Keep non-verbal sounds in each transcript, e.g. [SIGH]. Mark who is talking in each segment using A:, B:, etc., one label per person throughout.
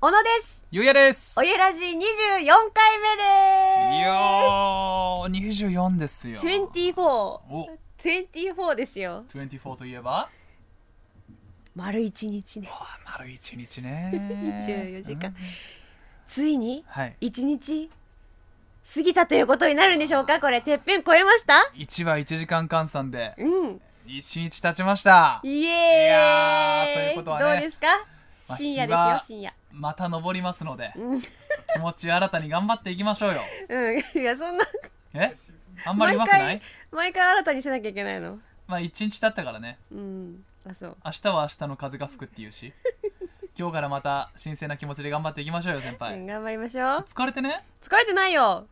A: 小野です。
B: ゆうやです
A: お
B: い
A: ゆらじ二十四回目
B: や
A: で
B: ー24ですよ
A: す。24 24
B: お
A: ですよ。
B: 24といえば
A: 丸一日ね。
B: あ丸1日ね
A: 24時間
B: うん
A: ついに
B: はい
A: 一日過ぎたということになるんでしょうか。これてっぺん超えました？
B: 1話1時間換算で
A: うん。
B: 1日経ちました
A: イエーイ。
B: いやーということはね
A: どうですか？
B: まあ
A: 深夜で
B: 日は
A: すよ深夜。
B: また登りますので
A: うん
B: 気持ち新たに頑張っていきましょう
A: [LAUGHS]
B: よ
A: うん。いやそんな
B: えあんまりうまくな
A: 毎
B: い
A: 回毎回新たにしなきゃいけないの。
B: まあ1日経ったからね
A: うん。あそう。
B: 明日は明日の風が吹くってい
A: [LAUGHS]
B: うし今日からまた神聖な気持ちで頑張っていきましょうよ先
A: う
B: 輩
A: ん頑張りましょう。
B: 疲れてね
A: 疲れてないよ。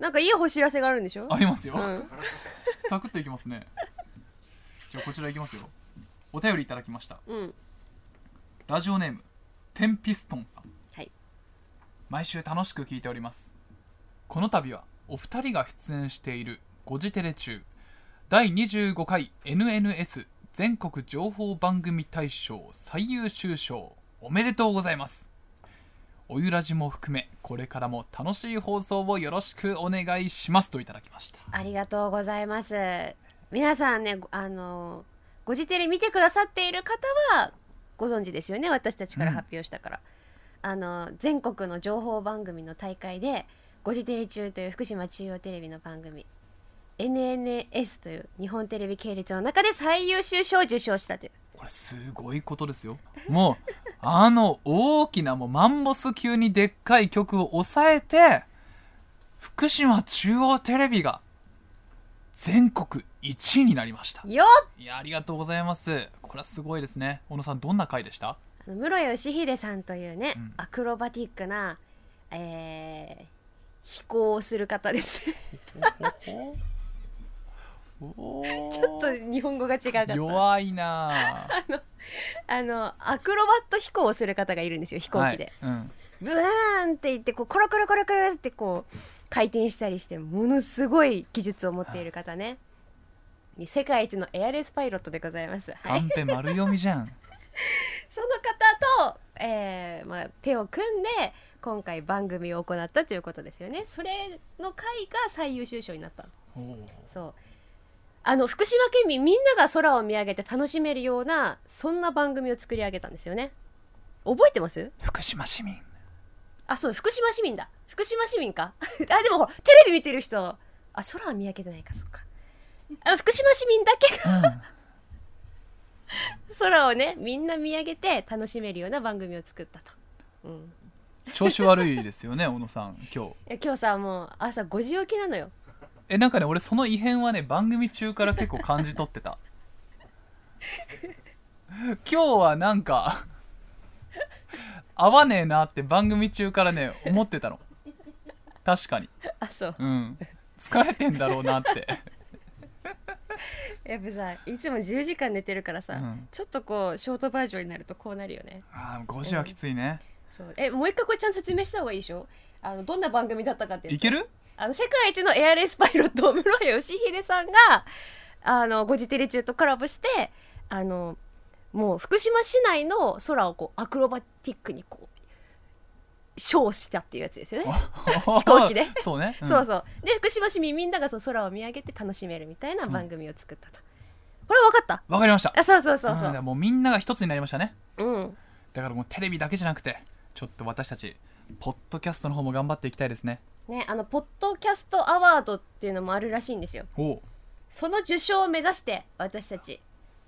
A: なんかいいお知らせがあるんでしょ？
B: ありますよ
A: うん。
B: サクッといきますねじゃあこちらいきますよお便りいただきました
A: うん。
B: ラジオネームテンピストンさん
A: はい
B: 毎週楽しく聞いておりますこの度はお二人が出演している「ゴジテレ中」第25回 NNS 全国情報番組大賞最優秀賞おめでとうございますおゆらじも含めこれからも楽しい放送をよろしくお願いしますといただきました
A: ありがとうございます。皆さんね、ごあのご自テレ見てくださっている方はご存知ですよね。私たちから発表したから、あの全国の情報番組の大会でご自テレ中という福島中央テレビの番組 NNS という日本テレビ系列の中で最優秀賞を受賞したという。
B: これすごいことですよもうあの大きなもうマンモス級にでっかい曲を抑えて福島中央テレビが全国1位になりました
A: よっ
B: いやありがとうございますこれはすごいですね小野さんどんな回でした
A: あの室吉秀さんというね、
B: うん
A: アクロバティックな、えー飛行をする方です。
B: ち
A: ちょっ [LAUGHS] と日本語が違かった。
B: 弱いなあ
A: あのアクロバット飛行をする方がいるんですよ飛行機で、
B: はいうん、
A: ブーンって言ってこうコロコロコロコロってこう回転したりしてものすごい技術を持っている方ね、で世界一のエアレースパイロットでございます、は
B: カ
A: い、
B: ンペ丸読みじゃん
A: その方と、えーまあ、手を組んで今回番組を行ったということですよねそれの回が最優秀賞になったの
B: おー
A: そうあの福島県民みんなが空を見上げて楽しめるようなそんな番組を作り上げたんですよね覚えてます
B: 福島市民
A: あそう福島市民だ福島市民か [LAUGHS] あでもほらテレビ見てる人あ空は見上げてないかそっかあ福島市民だけが空をねみんな見上げて楽しめるような番組を作ったと、うん、
B: 調子悪いですよね小野さん今日
A: いや今日さもう朝5時起きなのよ
B: えなんかね俺その異変はね番組中から結構感じ取って [LAUGHS] た今日はなんか合わねえなって番組中からね思ってたの確かに
A: あそう
B: うん疲れてんだろうなって
A: やっぱさいつも10時間寝てるからさ、
B: うん
A: ちょっとこうショートバージョンになるとこうなるよね
B: ああ5時はきついね
A: そうえもう一回これちゃんと説明した方がいいでしょあのどんな番組だったかって
B: いける
A: あの世界一のエアレースパイロット室谷義秀さんがあのゴジテレ中とコラボしてあのもう福島市内の空をこうアクロバティックにこうショーしたっていうやつですよね。
B: 飛
A: 行機で
B: [LAUGHS] そうね、ん
A: そうそうで福島市民みんながそう空を見上げて楽しめるみたいな番組を作ったと。これ分かった
B: わかりました
A: あそうそうそうそ
B: んだから
A: う。
B: もうみんなが一つになりましたね
A: うん、
B: だからもうテレビだけじゃなくてちょっと私たちポッドキャストの方も頑張っていきたいですね
A: ねあのポッドキャストアワードっていうのもあるらしいんですよ。
B: おお
A: その受賞を目指して私たち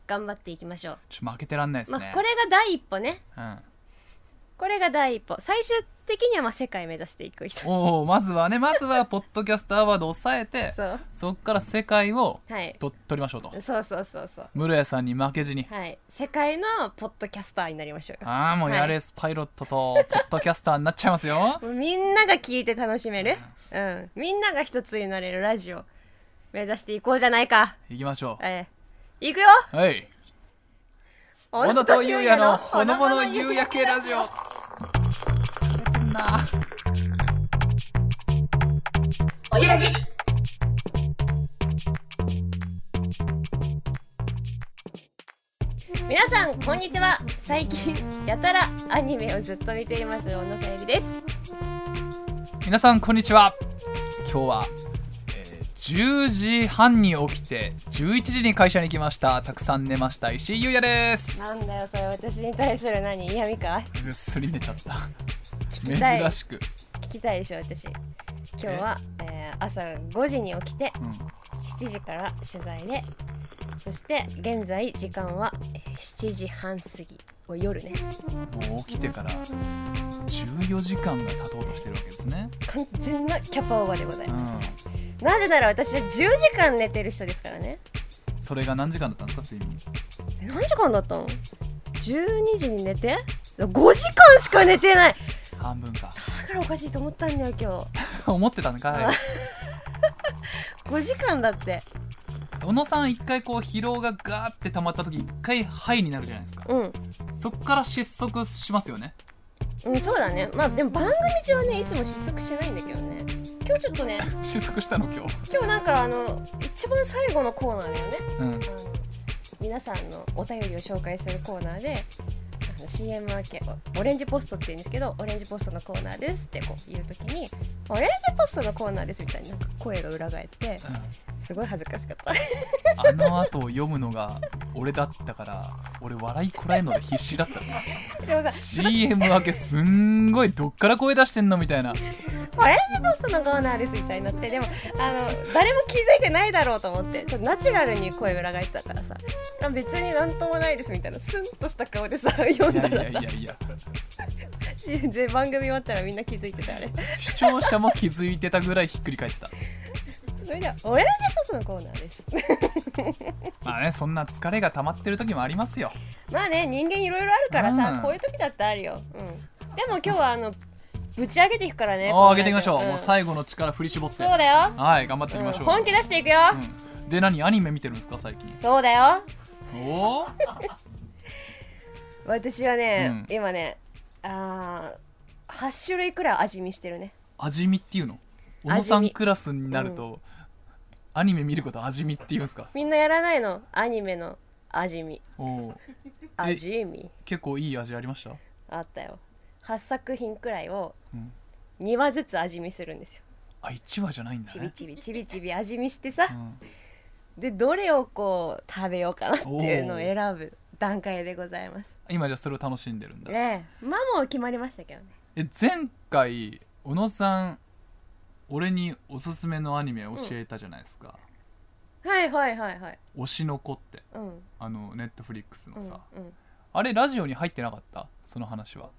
A: 頑張っていきましょう。
B: ちょっと負けてらんないです
A: ま
B: ね、
A: あ、これが第一歩ね
B: うん
A: これが第一歩最終的にはまあ世界目指していく人
B: おおまずはねまずはポッドキャストアワードを抑えて
A: そう
B: そっから世界を
A: はい
B: と取りましょうと
A: そうそうそうそう
B: 室屋さんに負けずに
A: はい世界のポッドキャスターになりましょうよ
B: ああもう
A: はい
B: エアレースパイロットとポッドキャスターになっちゃいますよ
A: もうみんなが聞いて楽しめるうんみんなが一つになれるラジオ目指していこうじゃないか
B: 行きましょ
A: ええいくよ
B: うはい小野とゆうやのほのぼの夕焼けラジオ疲れてんな
A: おゆらじ皆さんこんにちは最近やたらアニメをずっと見ています小野さゆりです
B: 皆さんこんにちは今日は、えー10時半に起きて11時に会社に行きましたたくさん寝ました石井優也です
A: なんだよそれ私に対する何嫌味か
B: ぐっすり寝ちゃった
A: きたい
B: 珍しく、
A: 聞きたいでしょ私今日は、えー朝5時に起きて
B: うん、
A: 7時から取材でそして現在時間はえー7時半過ぎお夜ね
B: もう起きてから14時間が経とうとしてるわけですね、
A: 完全なキャパオーバーでございうます、
B: ん、
A: なぜなら私は10時間寝てる人ですからね
B: それが何時間だったんですか睡眠
A: え何時間だったの ?12 時に寝て5時間しか寝てない
B: 半分か [LAUGHS]
A: だからおかしいと思ったんだよ今
B: 思ってたんかい
A: 日5時間だって
B: 小野さん一回こう疲労がガーって溜まった時一回ハイになるじゃないですか
A: うん
B: そっから失速しますよね
A: うん、そうだねまあでも番組中はねいつも失速しないんだけどね今日ちょっとね
B: 失速したの今日
A: 今日なんかあの一番最後のコーナーだよね
B: うん
A: あの皆さんのお便りを紹介するコーナーであの CM 明けオレンジポストって言うんですけどオレンジポストのコーナーですってこう言う時にオレンジポストのコーナーですみたいになんか声が裏返ってすごい恥ずかしかった [LAUGHS]
B: あの後を読むのが俺だったから俺笑いこらえるので必死だったね
A: でもさ
B: CM 明けすんごいどっから声出してんのみたいな
A: オレンジポストのコーナーですみたいになってでもあの誰も気づいてないだろうと思ってちょっとナチュラルに声裏返ってたからさあ別になんともないですみたいなスンとした顔でさ読ん
B: い
A: だ
B: やいや
A: ら
B: い
A: さ
B: やいや
A: [LAUGHS] 全然番組終わったらみんな気づいてたあれ
B: 視聴者も気づいてたぐらいひっくり返ってた
A: それではオレンジポストのコーナーです
B: まあねそんな疲れが溜まってる時もありますよ
A: まあね人間いろいろあるからさ、
B: うん
A: こういう時だってあるよ、うん、でも今日はあのぶち上げていくからね
B: あ
A: この
B: ー上げていきましょう、
A: ラジオ
B: もう最後の力振り絞って
A: そうだよ、
B: はい頑張っていきましょう、
A: うん本気出していくよ、
B: うんで何アニメ見てるんですか最近
A: そうだよ
B: おー
A: 私はね、
B: う
A: 今ねあー8種類くらい味見してるね
B: 味見っていうの小野さんクラスになると、アニメ見ること味見って言うんですか
A: みんなやらないのアニメの味見
B: おー
A: 味見
B: 結構いい味ありました
A: あったよ8作品くらいを
B: うん
A: 2話ずつ味見するんですよ
B: あ1話じゃないんだ
A: ちび
B: ね、
A: ちびちびちび味見してさ
B: うん、
A: でどれをこう食べようかなっていうのを選ぶ段階でございます
B: 今じゃあそれを楽しんでるんだ
A: ねえ [LAUGHS] まあもう決まりましたけどね
B: え前回小野さん俺におすすめのアニメ教えたじゃないですか
A: はいはいはいはい
B: 「推しの子」って
A: うんうん
B: あのネットフリックスのさ、
A: うん
B: あれラジオに入ってなかったその話は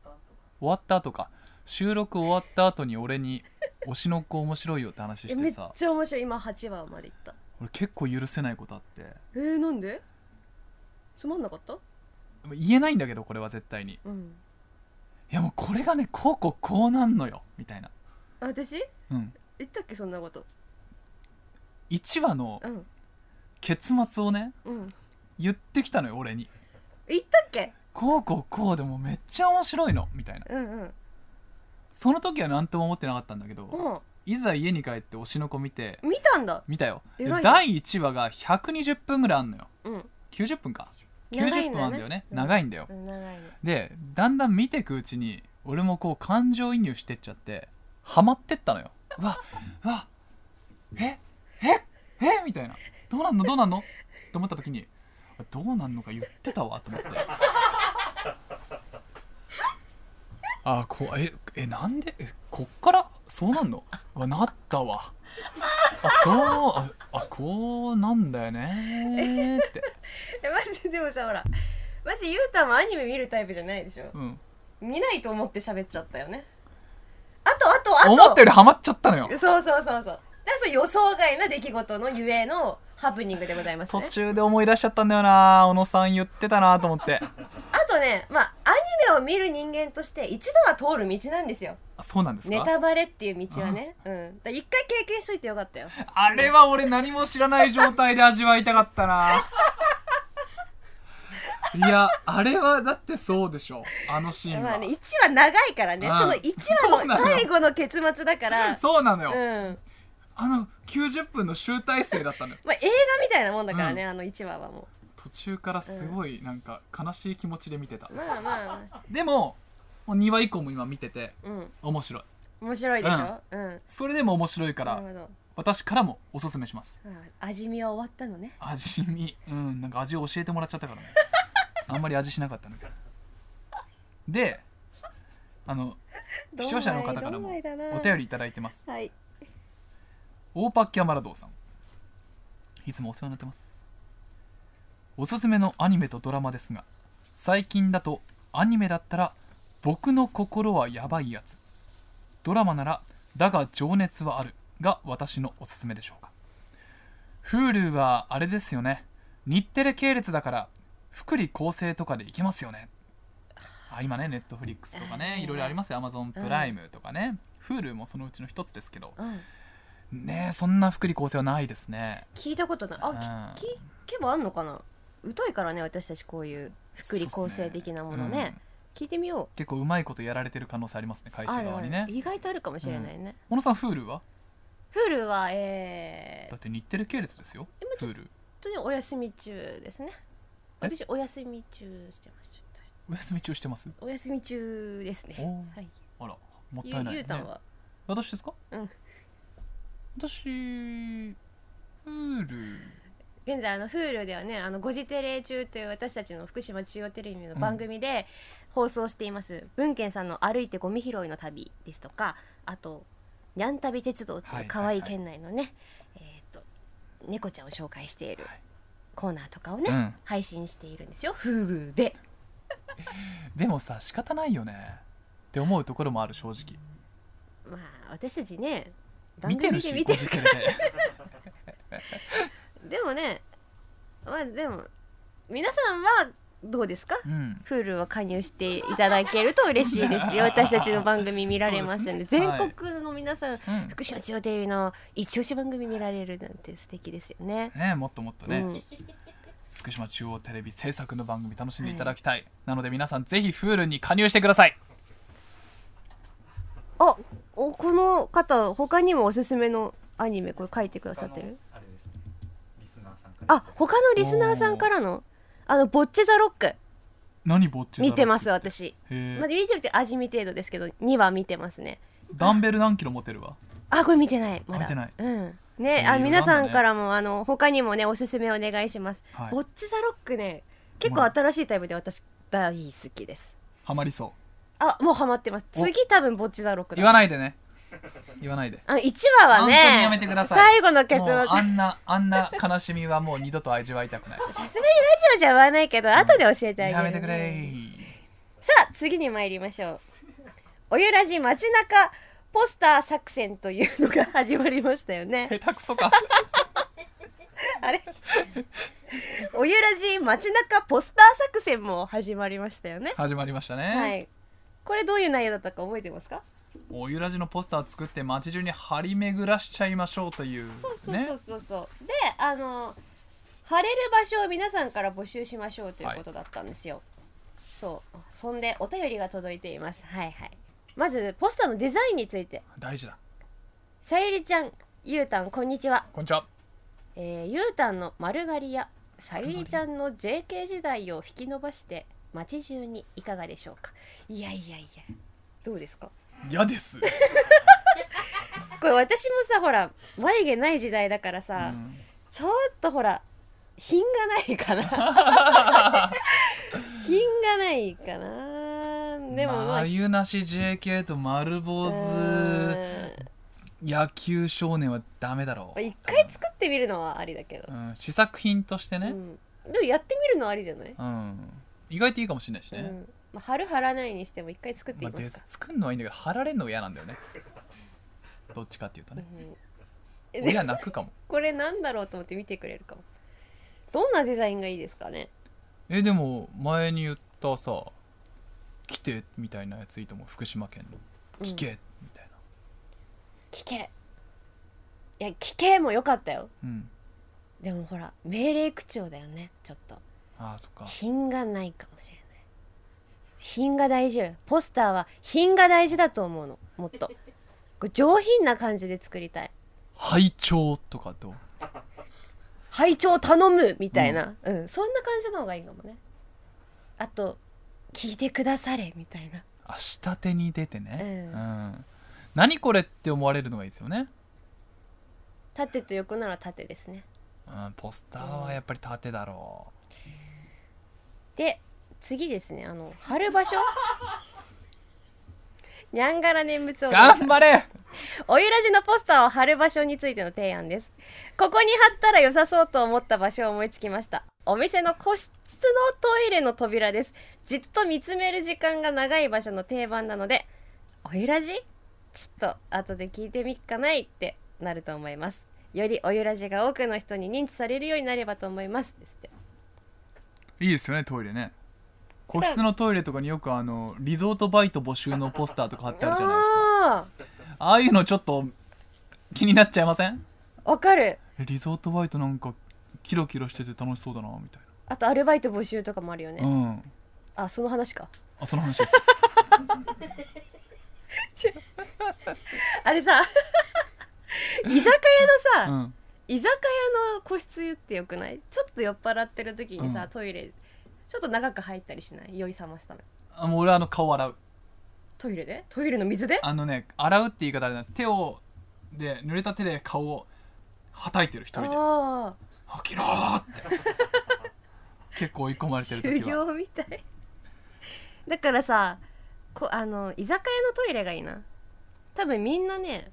B: 終わった後か収録終わった後に俺に「推しの子面白いよ」って話
A: え
B: し
A: め
B: て
A: っ
B: さ
A: ちゃ面白い今8話までいった
B: 俺結構許せないことあって
A: えー、なんでつまんなかった
B: 言えないんだけどこれは絶対にい
A: うん
B: やもうこれがねこうこうこうなんのよみたいな
A: あ私
B: うん
A: 言ったっけそんなこと
B: 1話の
A: うん
B: 結末をね
A: うん
B: 言ってきたのよ俺に
A: 言ったっけ
B: こうこうこうでもめっちゃ面白いのみたいな
A: うんうん
B: その時は何とも思ってなかったんだけど
A: も
B: いざ家に帰って推しの子見て
A: う見たんだ
B: 見たよで
A: 偉いね
B: 第1話が120分ぐらいあんのよ
A: うん
B: 90分か
A: 長い
B: 90
A: んだね
B: 分あんだよね
A: うん
B: 長いんだよ
A: うん長いね
B: でだんだん見てくうちに俺もこう感情移入してっちゃってハマってったのようわうわえええみたいなどうなんのどうなんのと思った時にどうなんのか言ってたわと思ってあこうええなんでえこっからそうなんのうわなったわあそうああこうなんだよねって
A: えマジでもさほらマジゆうたもアニメ見るタイプじゃないでしょ
B: うん
A: 見ないと思って喋っちゃったよねあとあとあと
B: 思ったよりハマっちゃったのよ
A: そうそうそうそう。だからそう予想外な出来事のゆえのハプニングでございます
B: 途
A: ね。
B: 中で思い出しちゃったんだよな小野さん言ってたなと思って
A: あとね、まあアニメを見る人間として一度は通る道なんですよ。
B: あそうなんです
A: ネ
B: か
A: タバレっていう道はね。うん。だから一回経験しといてよかったよ。
B: あれは俺何も知らない状態で味わいたかったないやあれはだってそうでしょあのシーンは、
A: まあね、1話長いからね、
B: うん
A: その1
B: そ
A: 話
B: うな
A: の
B: の
A: 最後の結末だから、
B: [LAUGHS] そうなのよ、
A: うん。
B: あの90分の集大成だったのよ
A: まあ映画みたいなもんだからね、あの1話はもう。
B: 途中からすごいなんか悲しい気持ちで見てた、
A: まあまあまあ
B: でももう2話以降も今見てて
A: うん
B: 面白い
A: 面白いでしょうん
B: それでも面白いから、
A: なるほど
B: 私からもおすすめします
A: あ味見は終わったのね
B: 味見うんなんか味を教えてもらっちゃったからねあんまり味しなかったんだけどであの視聴者の方からもお便
A: り
B: りいただいてます
A: はい
B: オーパッキャマラドーさんいつもお世話になってますおすすめのアニメとドラマですが最近だとアニメだったら「僕の心はやばいやつ」ドラマなら「だが情熱はある」が私のおすすめでしょうか Hulu はあれですよね日テレ系列だから福利厚生とかでいけますよねあ今ね Netflix とか
A: はいはいは
B: ね
A: い
B: いろいろありますよ Amazon プライムとかね、Hulu もそのうちの一つですけど
A: うん
B: ねえそんな福利厚生はないですね
A: 聞いたことないあき
B: うん
A: 聞けばあんのかな疎いからね私たちこういう福利厚生的なものね
B: そうっすうん
A: 聞いてみよ
B: 結構うまいことやられてる可能性ありますね
A: う
B: 会
A: あ
B: 社
A: る
B: 側
A: あ
B: に
A: る、
B: ね
A: 意外とあるかもしれないね、
B: 小野さん Hulu は
A: Hulu はえー
B: だって日テレ系列ですよ
A: 今ちょ
B: Hulu
A: 本当にお休み中ですね
B: え
A: 私お休み中してますちょっ
B: お休み中してます
A: とお休み中ですね
B: おー
A: はい
B: あらもった
A: ゆ
B: いない、
A: ゆう、
B: ね
A: たんは
B: 私ですか
A: うん
B: 私 Hulu
A: 現在あの Hulu ではね「あのご自テレ中」という私たちの福島中央テレビの番組で放送しています、文献さんの「歩いてゴミ拾いの旅」ですとかあと「にゃん旅鉄道」って
B: はいいうはい
A: 可
B: はい
A: 愛い県内のね、えー、と猫ちゃんを紹介している
B: はい
A: コーナーとかをね、
B: うん
A: 配信しているんですよ Hulu で
B: でもさ仕方ないよねって思うところもある正直
A: まあ私たちね番
B: 見て
A: 組
B: るし
A: で
B: ゴ
A: 見て
B: ジテレで
A: でもねまあでも皆さんはどうですか
B: うん
A: プールは加入していただけると嬉しいです
B: [LAUGHS]
A: よ私たちの番組見られますんで
B: そうですね
A: 全国の皆さん、
B: うん
A: 福島中央テレビの一押し番組見られるなんて素敵ですよね。
B: ねもっともっとね、
A: うん、
B: 福島中央テレビ制作の番組楽しんでいただきたい、なので皆さんぜひ Hulu に加入してください
A: あおこの方他にもおすすめのアニメこれ書いてくださってる
C: あれですねリスナーさんから
A: あ他のリスナーさんからのあの「ボッチェ・ザ・ロック
B: 何ぼっ」ち
A: 見てます私、
B: へえ
A: まあ、見てるって味見程度ですけど2話見てますね
B: ダンベル何キロ持てるわ
A: あこれ見てないまだ
B: 見てない
A: うん
B: い
A: ね
B: い
A: あ
B: 色
A: 皆さ
B: なんだ
A: ん
B: ね
A: からもあの他にもねおすすめお願いします、
B: はい
A: ボッチザロックね結構
B: うまい
A: 新しいタイプで私大好きです
B: ハマりそ
A: あもうハマってます
B: お
A: 次多分ボッチザロッ
B: う
A: ク
B: 言わ
A: い
B: ないでね言わないで
A: あ1話はね
B: 本当にやめてくださ
A: 最
B: い
A: 後の結
B: もう
A: 末
B: あんなあんな悲しみはもう二度と味わいたくない
A: さすがにラジオじゃ言わないけど後で教えてあげる、
B: やめてくれ
A: さあ次に参りましょうおゆらじ街中ポスター作戦というのが始まりましたよね
B: 下手く
A: [LAUGHS]
B: そか
A: あれおゆらじ街中ポスター作戦も始まりましたよね。
B: 始まりましたね、
A: はい。これどういう内容だったか覚えてますか？
B: おゆらじのポスター作って街中に張り巡らしちゃいましょうという
A: そうそう
B: ね
A: そうそうそう。で、あの晴れる場所を皆さんから募集しましょうということだったんですよ。そう。そんでお便りが届いています。はいはい。まずポスターのデザインについて、
B: 大事だ
A: さゆりちゃん、ゆうたんこんにちは。
B: こんにちは
A: えー、ゆうたんの丸刈りやさゆりちゃんの JK 時代を引き伸ばして街中にいかがでしょうかいやいやいやどうですか
B: 嫌です、
A: これ私もさほら眉毛ない時代だから
B: う
A: さ、
B: ん
A: ちょっとほら品がないかな
B: [LAUGHS]
A: 品がないかなでもまあ、
B: 眉なし JK と丸
A: う
B: 坊
A: ん
B: 主野球少年はダメだろ
A: まあ
B: う
A: 一回作ってみるのはありだけど、
B: うん、試作品として
A: う
B: ね、
A: ん、でもやってみるのはありじゃない、
B: うん意外といいかもしれないし
A: う
B: ね、
A: んまあ、貼る貼らないにしても一回作って
B: ま
A: み
B: あ、
A: ま
B: です
A: か、
B: 作るのはいいんだけど貼られるのが嫌なん
A: [LAUGHS]
B: だよねどっちかっていうとね
A: うんえで
B: 親泣くかも
A: これなんだろうと思って見てくれるかもどんなデザインがいいですかね
B: えでも前に言ったさ「来て」みたいなやついいと思う福島県の「
A: うん
B: 聞け」みたいな
A: 聞けいや聞けも良かったよ
B: うん、
A: でもほら命令口調だよねちょっと
B: ああそっか
A: 品がないかもしれない品が大事よポスターは品が大事だと思うのもっ
B: [LAUGHS]
A: とこれ上品な感じで作りたい
B: 「拝聴」とかどう
A: 拝聴頼むみたいな、うんそんな感じの方がいいかもねあと「聞いてくだされ」みたいな
B: あ下手に出てね、
A: う
B: うん何これって思われるのがいいですよね、
A: 縦と横なら縦ですね
B: うん、ポスターはやっぱり縦だろ
A: で次ですねあの貼る
B: [LAUGHS]
A: 場所にゃんがら念仏
B: う
A: を
B: 頑張れ
A: おゆらじのポスターを貼る場所についての提案ですここに貼ったら良さそうと思った場所を思いつきましたお店の個室のトイレの扉ですじっと見つめる時間が長い場所の定番なのでおゆらじちょっと後で聞いてみっかないってなると思いますよりおゆらじが多くの人に認知されるようになればと思いますですって
B: いいですよねトイレね個室のトイレとかによくあのリゾートバイト募集のポスターとか貼ってあるじゃないですか
A: あ
B: ああいうのちょっと気になっちゃいません
A: ーわかる
B: えリゾートバイトなんかキラキラしてて楽しそうだなみたい
A: あとアルバイト募集とかもあるよね、
B: なうん
A: あその話か
B: あその話です
A: [LAUGHS] あれさ居酒屋のさ、
B: うん
A: 居酒屋の個室ってよくないちょっと酔っ払ってる時にさ、
B: うん
A: トイレちょっと長く入ったりしない酔い覚ますため
B: あもう俺はあの顔洗う
A: トイレでトイレの水で
B: あのね洗うって言い方あれだ手をで濡れた手で顔をはたいてる一人で
A: あ
B: 起きろーって結構追い込ま
A: あ
B: れてる
A: 修
B: 時は
A: 行みたいだからさこあの居酒屋のトイレがいいな多分みんなね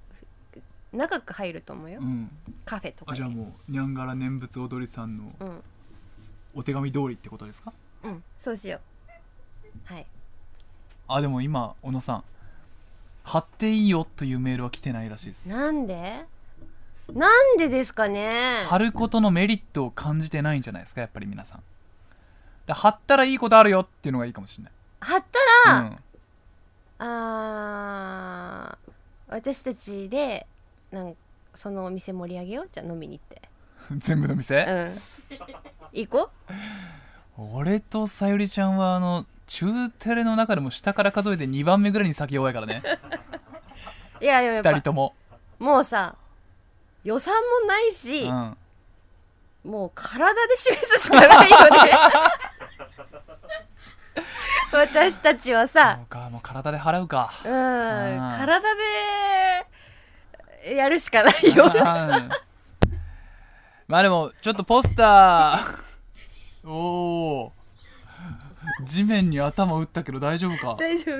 A: 長く入ると思うよ、
B: うん
A: カフェとか
B: あじゃあもうにゃんがら念仏踊りさんの
A: うん
B: お手紙通りってことですか
A: うんそうしようはい
B: あでも今小野さん貼っていいよというメールは来てないらしいです
A: なんでなんでですかね
B: 貼ることのメリットを感じてないんじゃないですかやっぱり皆さんだ貼ったらいいことあるよっていうのがいいかもしれない
A: 貼ったら、
B: うん
A: あー私たちでなんそのお店盛り上げようじゃあ飲みに行って
B: [LAUGHS] 全部の
A: う
B: 店
A: ん行こ
B: 俺とさゆりちゃんはあの中テレの中でも下から数えて2番目ぐらいに先弱いからね
A: ういやでもやっ
B: 2人
A: ぱ
B: とも、
A: もうさ予算もないうし、
B: ん、
A: もう体で示すしかないよ
B: [LAUGHS]
A: ね私たちは
B: そ
A: さ
B: うかもう体で払うか
A: うん
B: あー
A: 体でやるしかないよ
B: うんまあでもちょっとポスターおお地面に頭打ったけど大丈夫か
A: 大丈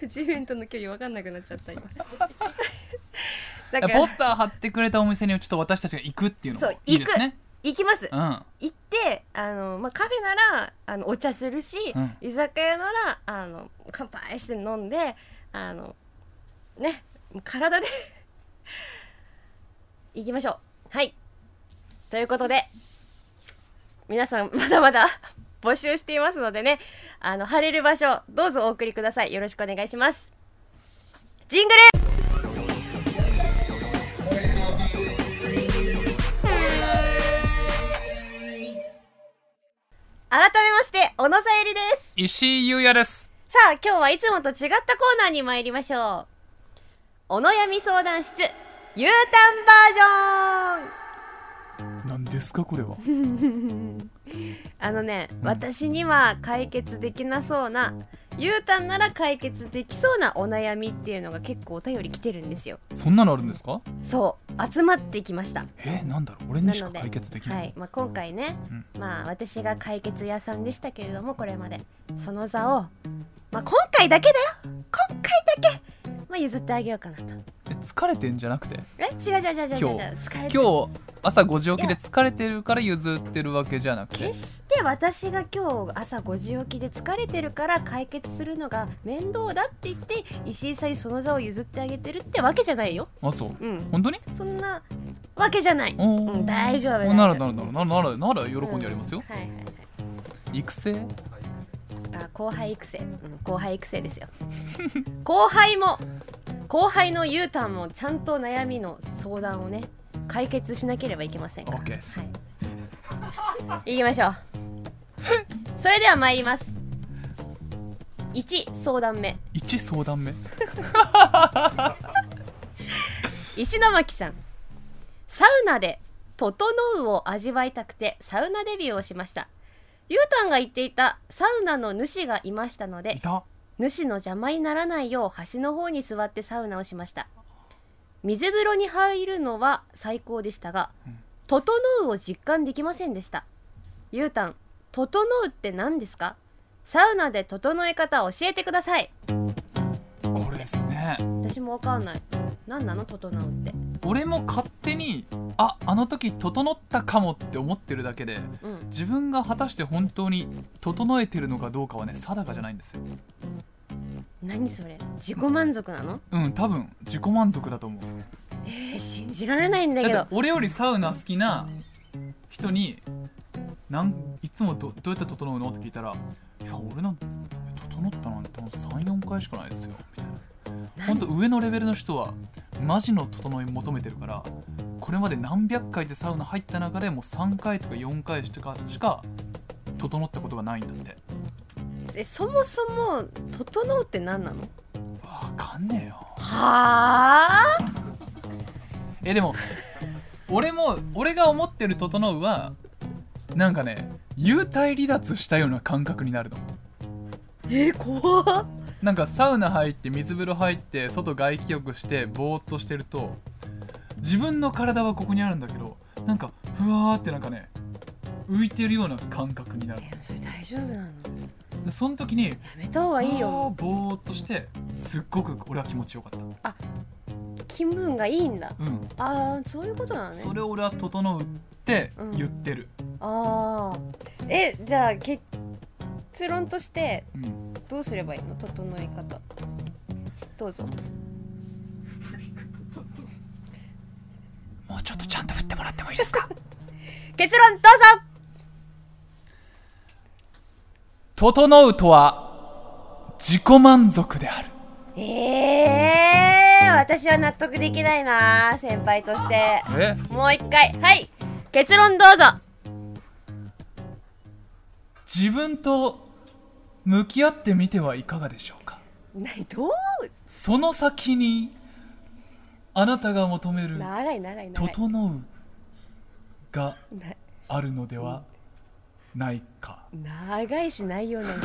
A: 夫地面との距離分かんなくなっちゃっ
B: [LAUGHS]
A: た今だ
B: いやポスター貼ってくれたお店にちょっと私たちが行くっていうのも
A: そう
B: いいですね
A: 行きます
B: うんあ
A: 行ってあの、まあ、カフェならあのお茶するし、
B: うん
A: 居酒屋ならあの乾杯して飲んであのね体で [LAUGHS] 行きましょうはいということで皆さんまだまだ [LAUGHS] 募集していますのでねあの晴れる場所どうぞお送りくださいよろしくお願いしますジングル改めまして小野さゆりです
B: 石井優也です
A: さあ今日はいつもと違ったコーナーに参りましょうお悩み相談室 U ターンバージ
B: 何ですかこれは
A: ョンあのね私には解決できなそうな U ターンなら解決できそうなお悩みっていうのが結構お便り来てるんですよ
B: そんなのあるんですか
A: そう集まってきました
B: えなんだろう俺にしか解決できない
A: はい、まあ、今回ね、
B: うん
A: まあ私が解決屋さんでしたけれどもこれまでその座を、まあ、今回だけだよ今回だけ、まあ、譲ってあげようかなと
B: え疲れてんじゃなくて
A: え違う違う違う違う違う
B: 今日
A: 疲れてる
B: 今日朝5時起きで疲れてるから譲ってるわけじゃなくて
A: 決して私が今日朝5時起きで疲れてるから解決するのが面倒だって言って石井さんにその座を譲ってあげてるってわけじゃないよ。
B: あそう
A: うん、
B: 本当に
A: そんなわけじゃない。
B: お
A: うん、大丈夫
B: おならならならならならなら喜んでやりますよ
A: うんはいはいはい
B: 育成
A: あ後輩育成、うん、後輩育成ですよ [LAUGHS] 後輩も後輩のゆうたんもちゃんと悩みの相談をね解決しなければいけませんから
B: OK です
A: 行きましょうそれでは参ります1相談目
B: 1相談目
A: 石巻さんサウナで整うを味わいたくてサウナデビューをしましたゆうたんが言っていたサウナの主がいましたので
B: いた
A: 主の邪魔にならないよう端の方に座ってサウナをしました水風呂に入るのは最高でしたが
B: うん
A: 「整う」を実感できませんでしたゆうたん「整う」って何ですかサウナで整え方を教えてください
B: これですね
A: 私もわかんない何なの整うって
B: 俺も勝手にああの時整ったかもって思ってるだけで
A: うん
B: 自分が果たして本当に整えてるのかどうかはね定かじゃないんですよ
A: 何それ自己満足なの
B: うん多分自己満足だと思う
A: えー、信じられないんだけ
B: だっ
A: ど
B: て俺よりサウナ好きな人になんいつもどどうやって整うのって聞いたら「いや俺なんて整ったなんて34回しかないですよ」みたいなほんと上のレベルの人はマジの整い求めてるからこれまで何百回でサウナ入った中でもう3回とか4回しかしか整ったことがないんだって
A: えそもそも「整う」って何なの
B: わかんねえよ
A: はあ
B: えでも俺も俺が思ってる整うはなんかね幽体離脱したような感覚になるの
A: えー、怖っ
B: なんかサウナ入って水風呂入って外外気浴してぼーっとしてると自分の体はここにあるんだけどなんかふわーってなんかね浮いてるような感覚になる
A: えそれ大丈夫なの
B: でその時に
A: やめた方がいいよ
B: あーぼーっとしてすっごく俺は気持ちよかっ
A: 気分がいいんだ
B: たうん
A: ああそういうことなのね
B: それを俺は整うって言ってる
A: ああえじゃあ結論として
B: うん、
A: どうすればいいの整え方どうぞ
B: もうちょっとちゃんと振ってもらってもいいですか
A: 結論どうぞ
B: 整うとは自己満足である
A: ええー、私は納得できないな先輩として
B: え
A: もう一回はい結論どうぞ
B: 自分と向き合ってみてはいかがでしょうか
A: 何どう
B: その先にあなたが求める
A: 長い長い
B: 「
A: 長い
B: 整う」が
A: な
B: あるのではないか
A: 長いし内容ないし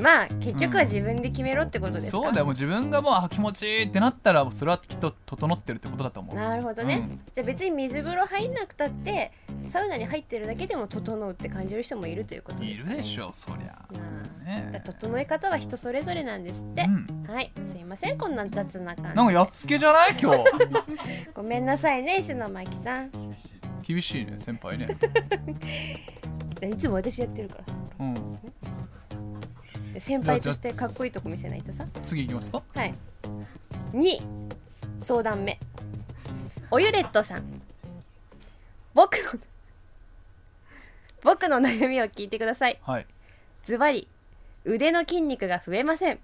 A: まあ結局は自分で決めろってことですか、
B: そうだよもう自分がもうあ気持ちいいってなったらそれはきっと整ってるってことだと思う
A: なるほどね、
B: うん
A: じゃあ別に水風呂入んなくたってサウナに入ってるだけでも整うって感じる人もいるということで
B: い
A: す
B: る
A: かね
B: でしょそり
A: ま
B: ゃ
A: あだから
B: ね
A: 整え方は人それぞれなんですって
B: え、うん
A: はいすいませんこんな雑な感
B: なん
A: じ
B: かやっつけじゃない今日 [LAUGHS]
A: ごめんなさいね石巻さん
C: 厳しいです
B: 厳しいね先輩ね
A: いつも私やってるからさ
B: うん
A: 先輩としてかっこいいとこ見せないとさ
B: 次いきますか
A: はい。2相談目おゆれっとさん僕の僕の悩みを聞いてください
B: はい
A: ズバリ腕の筋肉が増えません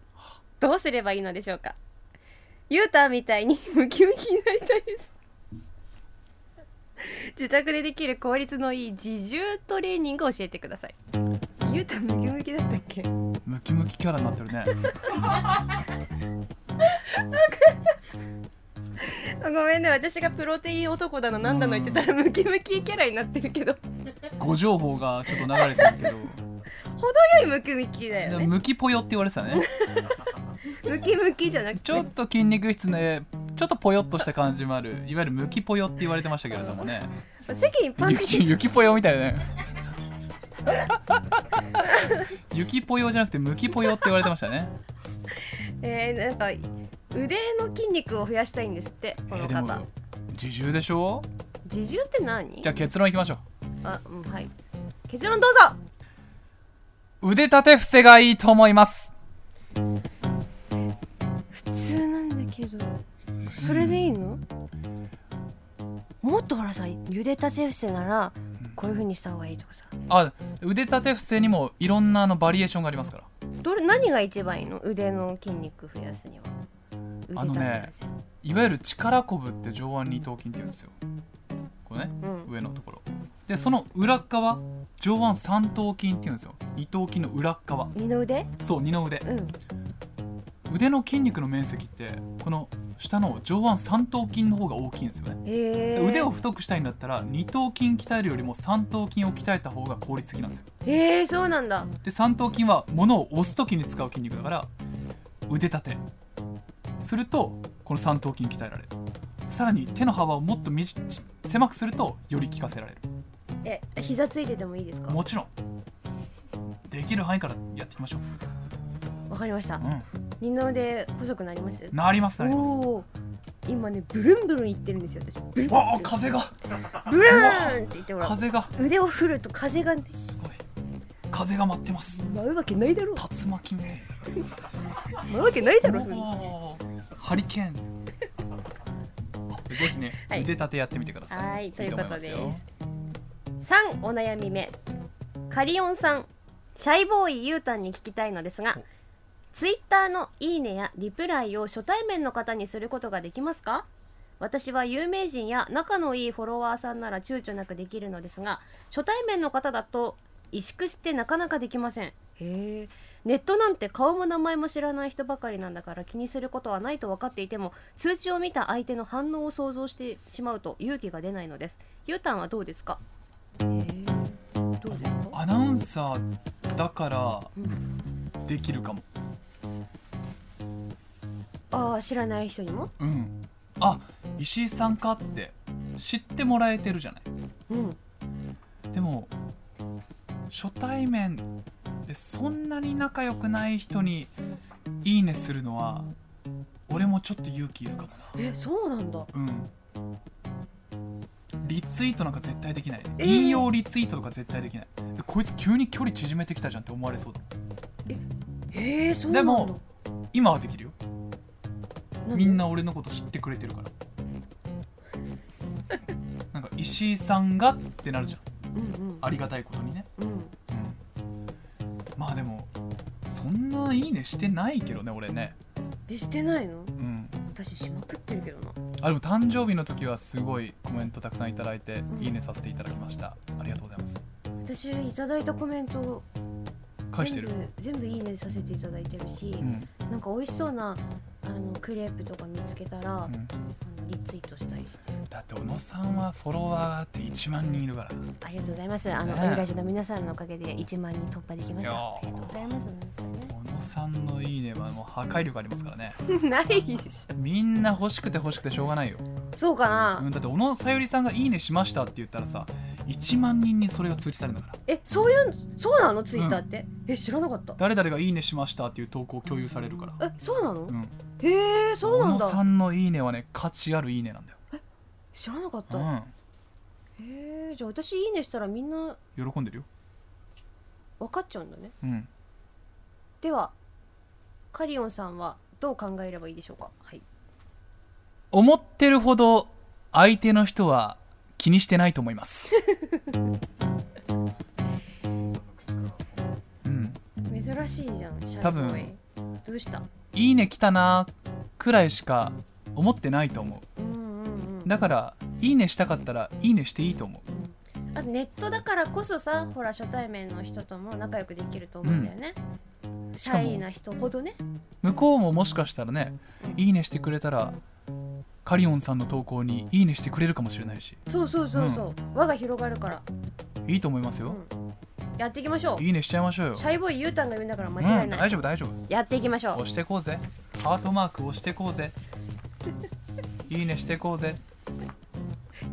A: どうすればいいのでしょうかユータみたいにムキムキになりたいです自宅でできる効率のいい自重トレーニングを教えてくださいユータムキムキだったっけ
B: ムキムキキャラになってるね
A: あごめんね私がプロテイン男だのなんだの言ってたらムキムキキャラになってるけど
B: ご情報がちょっと流れてるけ
A: [LAUGHS]
B: ど
A: 程よいムキムキだ
B: じゃ
A: よ
B: あ
A: ね
B: ムキぽよって言われてたね
A: ムキムキじゃなく
B: ち
A: て
B: ょっと筋肉質ねちょっとぽよっとした感じもあるいわゆるムキぽよって言われてましたけれどもね
A: 席にパンチ
B: 雪雪ぽよみたいなね雪ぽよじゃなくてムキぽよって言われてまし
A: [LAUGHS]
B: たね
A: えー、なんか腕の筋肉を増やしたいんですってこの
B: えで
A: 方
B: も自重でしょ
A: 自重って何
B: じゃあ結論いきましょ
A: あ、うん、はい結論どうぞ
B: う腕立て伏せがいいと思います
A: 普通なんだけどそれでいいの、もっとほらさゆでたて伏せならこういう風にした方がいいとかさ
B: あ腕立て伏せにもいろんなあのバリエーションがありますから
A: どれ何が一番いいの腕の筋肉増やすには腕
B: あのね
A: 立て伏
B: いわゆる力こぶって上腕二頭筋って言うんですよこれね
A: せうん
B: 上のところでその裏っ側上腕三頭筋っていうんですよ二頭筋の裏っ側
A: 二の腕
B: そう二の腕
A: うん
B: 腕の筋肉の面積ってこの下の上腕三頭筋の方が大きいんですよね
A: へえ
B: 腕を太くしたいんだったら二頭筋鍛えるよりも三頭筋を鍛えた方が効率的なんですよ
A: へえそうなんだ
B: で三頭筋は物を押す時に使う筋肉だから腕立てするとこの三頭筋鍛えられるさらに手の幅をもっとみじ狭くするとより効かせられる
A: え膝ついててもいいですか
B: もちろんできる範囲からやっていきましょう
A: わかりました
B: う
A: 二の腕細くなります
B: んなりますなります
A: おお今ねブルンブルンいってるんですよ私ブルンブル
B: わあ風が
A: ンブルーンって言ってほら
B: 風が
A: 腕を振ると風がね
B: すごい風が待ってます
A: 舞うわけないだろ
B: 竜巻ね
A: 舞うわけないだろそれ
B: おーハリケーンぜひね、
A: はい
B: 腕立てやってみてください
A: はいということです
B: い思ますよ
A: 三お悩み目カリオンさんシャイボーイユータンに聞きたいのですがツイッターのいいねやリプライを初対面の方にすることができますか私は有名人や仲のいいフォロワーさんなら躊躇なくできるのですが初対面の方だと萎縮してなかなかできませんへえネットなんて顔も名前も知らない人ばかりなんだから気にすることはないと分かっていても通知を見た相手の反応を想像してしまうと勇気が出ないのですゆうたんはどうですかどうですか。
B: アナウンサーだから
A: うん、
B: できるかも
A: ああ、知らない人にも。
B: うんあ石井さんかって知ってもらえてるじゃない
A: うん。
B: でも初対面でそんなに仲良くない人に「いいね」するのは俺もちょっと勇気いるかもな
A: え、そうなんだ。
B: うんリツイートなんか絶対できない
A: えー
B: 引用リツイートとか絶対できないでこいつ急に距離縮めてきたじゃんって思われそうだ
A: えー、そう
B: で
A: なんだ。
B: も今はできるよ
A: で
B: みん。な俺のこと知ってくれて
A: [LAUGHS]
B: るからなんか石井さんがってなるじゃん
A: うん
B: ありがたいことにね
A: うん。うん。
B: うんまあでもそんないいねしてないけどね俺ね
A: え、してないの。
B: うん
A: 私しまくってるけどな。
B: あでも誕生日の時はすごいコメントたくさんいただいて
A: ん
B: いいねさせていただきましたありがとうございます
A: 私いただいたコメントを
B: 返してる
A: 全部全部いいねさせていただいてるし
B: う、ん
A: なんか美味しそうなあのクレープとか見つけたら、あ
B: う
A: の
B: ん
A: リツイートしたりして。
B: だって小野さんはフォロワーがあって1万人いるから
A: ありがとうございます。あの、
B: ねえ
A: エウラジの皆さんのおかげで1万人突破できまし
B: いや
A: た。
B: ー
A: ありがとうございます。本当にね
B: 小野さんの「いいね」はもう破壊力ありますからね
A: ないでし
B: みんな欲しくて欲しくてしょうがないよ、
A: ょ。そうかな。
B: うん、だって小野さゆりさんが「いいね」しましたって言ったらさ1万人にそれが通知されるんだから
A: えそういうそうなのツイッターって、え知らなかった
B: 誰々が「いいね」しましたっていう投稿を共有されるから、
A: えそうなの、
B: うん、
A: へえそう
B: 小
A: なん
B: 野さ
A: だ
B: んの「いいね」はね価値ある「いいね」なんだよ、
A: 知らなかった、
B: う、
A: へえじゃあ私いいねしたらみんなん
B: 喜んでるよ、
A: 分かっちゃうんだね
B: うん、
A: ではカリオンさんはどう考えればいいでしょうかはい
B: 思ってるほど相手の人は気にしてないと思います、 [LAUGHS] うん
A: 珍しいじゃんシャイボーイ
B: 多分
A: どうした
B: いいね来たなくらいしか思ってないと思
A: うんうんう
B: うんだからいいねしたかったらいいねしていいと思
A: あとネットだからこそさほら初対面の人とも仲良くできると思うんだよね、シャイな人ほどね
B: う向こうももしかしたらねいいねしてくれたらカリオンさんの投稿にいいねしてくれるかもしれないし
A: そうそうそうそう、輪が広がるから、
B: いいと思います
A: う
B: よ、
A: ん、やっていきましょう
B: いいねしちゃいましょうよ
A: シャイボーイユータンが言うんだから間違い
B: うん、
A: ない、
B: 大丈夫大丈夫
A: やっていきましょう
B: 押してこうぜハートマーク押してこうぜ [LAUGHS] いいねしてこうぜ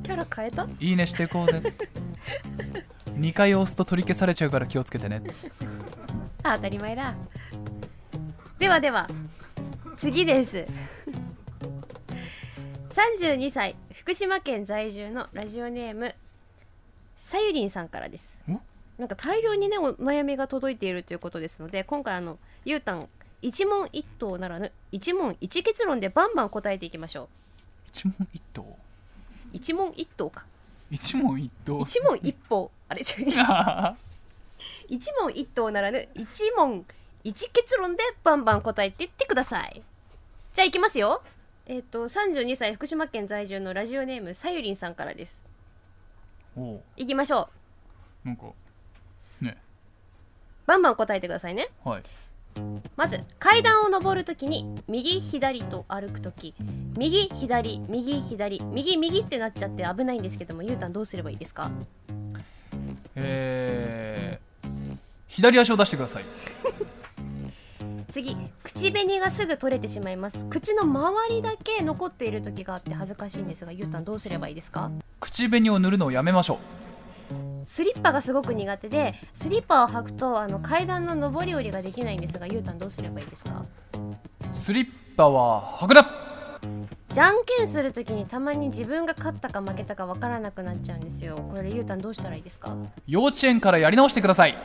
A: キャラ変えた
B: いいねしてこうぜ2回押すと取り消されちゃうから気をつけてね
A: あ当たり前だではでは次です32歳福島県在住のラジオネームさゆりんさんからです
B: ん
A: なんか大量にねお悩みが届いているということですので今回あのゆうたん一問一答ならぬ一問一結論でバンバン答えていきましょ
B: 一問一答
A: う一問一答か
B: 一問一答
A: 一問一方あれ違う一問一答ならぬ一問一結論でバンバン答えていってくださいじゃあいきますよえっ、と32歳福島県在住のラジオネームさゆりんさんからです
B: [LAUGHS] おう
A: いきましょう
B: なんかね
A: バンバン答えてくださいね
B: はい
A: まず階段を上るときに右左と歩くとき右左右左右右ってなっちゃって危ないんですけどもゆうたんどうすればいいですか
B: えー、左足を出してください
A: 次口紅がすぐ取れてしまいます口の周りだけ残っている時があって恥ずかしいんですがゆうたんどうすればいいですか
B: 口紅を塗るのをやめましょう
A: スリッパがすごく苦手でスリッパを履くとあの階段の上り下りができないんですがゆうたんどうすればいいですか
B: スリッパは履くな
A: じゃんけんする時にたまに自分が勝ったか負けたかわからなくなっちゃうんですよこれゆうたんどうしたらいいですか
B: 幼稚園からやり直してください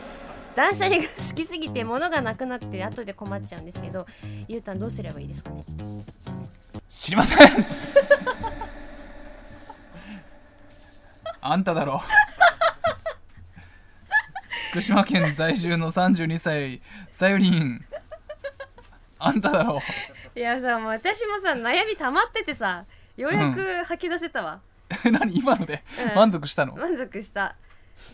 A: 断捨離が好きすぎて物がなくなって後で困っちゃうんですけどゆうたんどうすればいいですかね
B: 知りませんあんただろ福島県在住の32歳さゆりんあんただろ
A: いやさもう私もさ悩み溜まっててさようやく吐き出せたわ、
B: え何今ので
A: うん
B: 満足したの
A: 満足した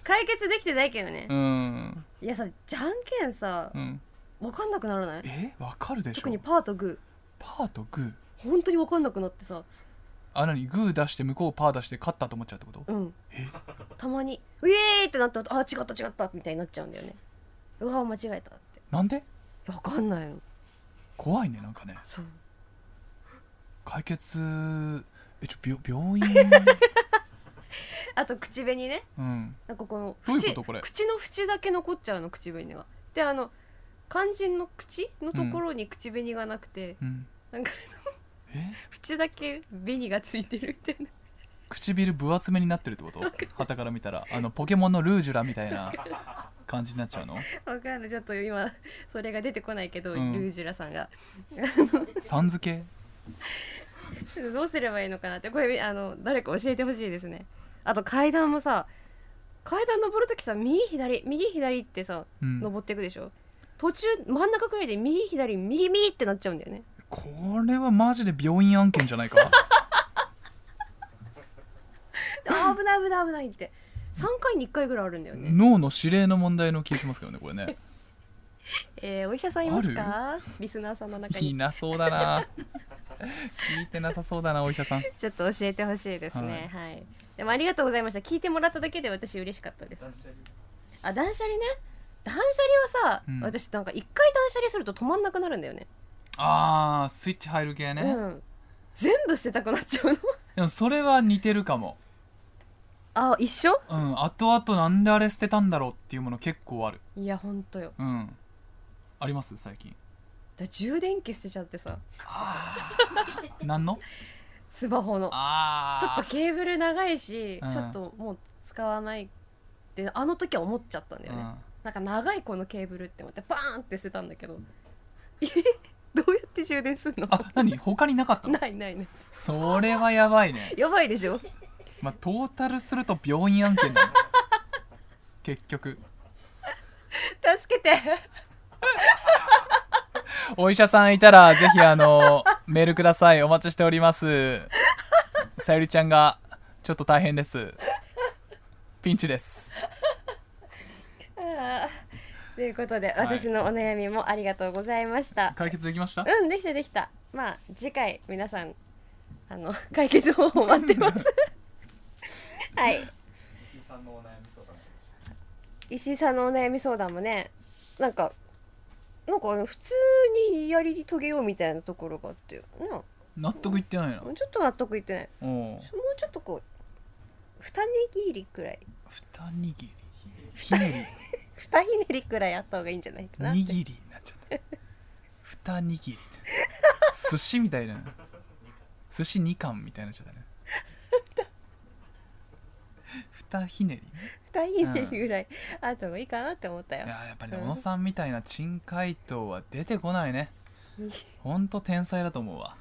A: 解決できてないけどね、
B: うん、
A: いやさじゃんけんさ
B: うん、
A: 分かんなくならない
B: えわかるでし
A: 特
B: ょ
A: にパーとグ
B: パーとグー
A: ー本当に分かんなくなってさ
B: あ何グー出して向こうパー出して勝ったと思っちゃうってこと
A: うん
B: え
A: たま
B: [LAUGHS]
A: に「うえー!」ってなった後あ違った違った」みたいになっちゃうんだよねうわ間違えたって
B: なんで
A: 分かんないの
B: 怖いねなんかね
A: そう
B: 解決えちょ病病 [LAUGHS] 院
A: あと口紅ね
B: うん
A: なんかこの
B: どういう
A: 縁
B: ことこれ
A: 口の縁だけ残っちゃうの口紅がであの肝心の口のところに口紅がなくて、
B: うん
A: なんか [LAUGHS]
B: え
A: 縁だけ紅がついてるみたいな
B: 唇分厚めになってるってこと旗から見たらあのポケモンのルージュラみたいな感じになっちゃうの
A: わかんないちょっと今それが出てこないけど、
B: うん
A: ルージュラさんが
B: さん付け
A: どうすればいいのかなってこれあの誰か教えてほしいですねあと階段もさ階段登るときさ右左右左ってさ
B: うん
A: 登っていくでしょ、途中真ん中くらいで右左右右ってなっちゃうんだよね
B: これはマジで病院案件じゃな
A: [LAUGHS]
B: いか
A: あー危ない危ない危ないって3回に1回ぐらいあるんだよね、
B: 脳の指令の問題の気がしますけどねこれね
A: えーお医者さんいますかリスナーさんの中
B: い
A: に
B: なそうだな聞いてなさそうだなお医者さん
A: ちょっと教えてほしいですねはい、でもありがとうございました聞いてもらっただけで私嬉しかったです
C: 断捨離
A: あ断捨離ね断捨離はさ、
B: うん
A: 私なんか一回断捨離すると止まんなくなるんだよね
B: あースイッチ入る系ね、
A: うん全部捨てたくなっちゃうの
B: でもそれは似てるかも
A: あ一緒
B: うん後々なんであれ捨てたんだろうっていうもの結構ある
A: いやほんとよ
B: うんあります最近
A: だ充電器捨てちゃってさ
B: 何の
A: スマホの
B: あ
A: ちょっとケーブル長いし、
B: うん
A: ちょっともう使わないってあの時は思っちゃったんだよね、なんか長いこのケーブルって思ってバーンって捨てたんだ
B: [LAUGHS]
A: けどえどうやって充電すんの
B: あ何他になかったの
A: ないないない
B: それはやばいね
A: やばいでしょ
B: まあトータルすると病院案件だね結局
A: 助けて
B: お医者さんいたらぜひあのメールくださいお待ちしておりますさゆりちゃんがちょっと大変ですピンチです
A: あーということで、
B: い
A: 私のお悩みもありがとうございました
B: 解決できました
A: [LAUGHS] うんできたできたまあ次回皆さんあの [LAUGHS] 解決方法待ってます [LAUGHS] はい
C: 石井さんのお悩み相談で
A: 石井さんのお悩み相談もねなんかなんかあの普通にやり遂げようみたいなところがあってな
B: 納得いってないな
A: ちょっと納得いってない
B: おう
A: もうちょっとこう二握りくらい
B: 二握りひね
A: 二ひねりくらいあった方がいいんじゃないか
B: り
A: な
B: 握りになっちゃった二握りって寿司みたいな寿司二貫みたいになっちゃったね二ひねり
A: 二ひねりぐらいあった方がいいかなって思ったよ
B: いやーやっぱりね
A: うん
B: 小野さんみたいな珍解答は出てこないね
A: ひ
B: ほんと天才だと思うわ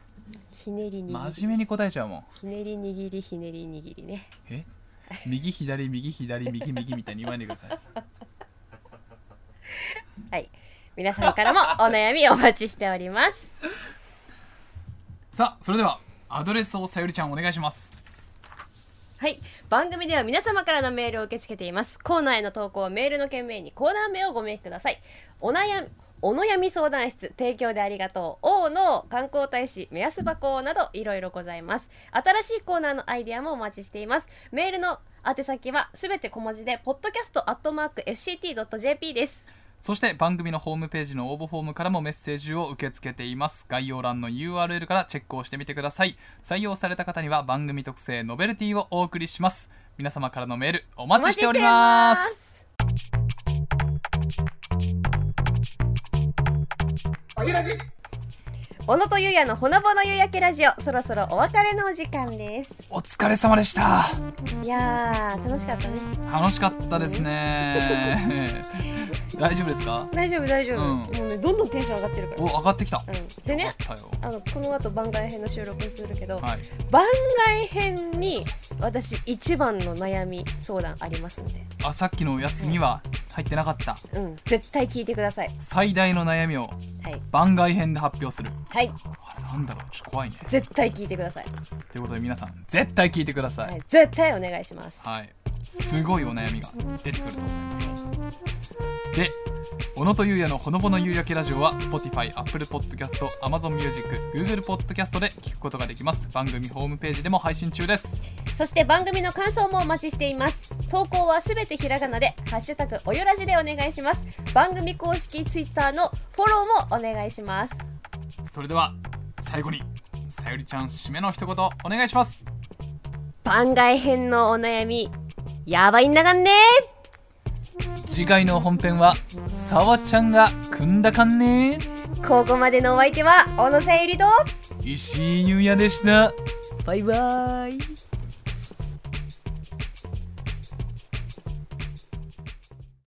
A: ひねり握
B: 真
A: り
B: 面目に答えちゃうもん
A: ひねり握りひねり握りね
B: え右左右左右右みたいに言わないでください
A: はい皆さんからもお悩みお待ちしております
B: さあそれではアドレスをさゆりちゃんお願いします
A: [LAUGHS] はい番組では皆様からのメールを受け付けていますコーナーへの投稿はメールの件名にコーナー名をご明記くださいお悩みお悩み相談室提供でありがとう王の観光大使目安箱などいろいろございます新しいコーナーのアイデアもお待ちしていますメールの宛先はすべて小文字で podcast.fct.jp です
B: そして番組のホームページの応募フォームからもメッセージを受け付けています概要欄の URL からチェックをしてみてください採用された方には番組特製ノベルティをお送りします皆様からのメールお待ちしております
A: 小野とゆうやのほのぼの夕焼けラジオそろそろお別れのお時間です
B: お疲れ様でした
A: いやー楽しかったね
B: 楽しかったですね [LAUGHS] 大丈夫ですか
A: 大丈夫大丈夫、
B: うん
A: もうねどんどんテンション上がってるから
B: お上がってきた
A: うん、でね
B: 上がったよ
A: あのこの後番外編の収録をするけど、
B: はい
A: 番外編に私一番の悩み相談ありますんで、
B: あさっきのやつには入ってなかった
A: うん、絶対聞いてください
B: 最大の悩みを
A: はい
B: 番外編で発表する
A: はい
B: あれなんだろうちょっと怖いね
A: 絶対聞いてください、
B: ということで皆さん絶対聞いてください、
A: はい、絶対お願いします
B: はい、すごいお悩みが出てくると思います。で、小野とゆうやのほのぼの夕焼けラジオは Spotify、Apple Podcast、Amazon Music、Google Podcast で聞くことができます。番組ホームページでも配信中です。
A: そして番組の感想もお待ちしています。投稿はすべてひらがなで、ハッシュタグおよらじでお願いします。番組公式ツイッターのフォローもお願いします。
B: それでは最後にさゆりちゃん締めの一言お願いします。
A: 番外編のお悩み、やばいんだがんね
B: 次回の本編はさわちゃんが組んだかんね
A: ここまでのお相手は、小野さゆりと、
B: 石井ゆうやでした。
A: バイバイ。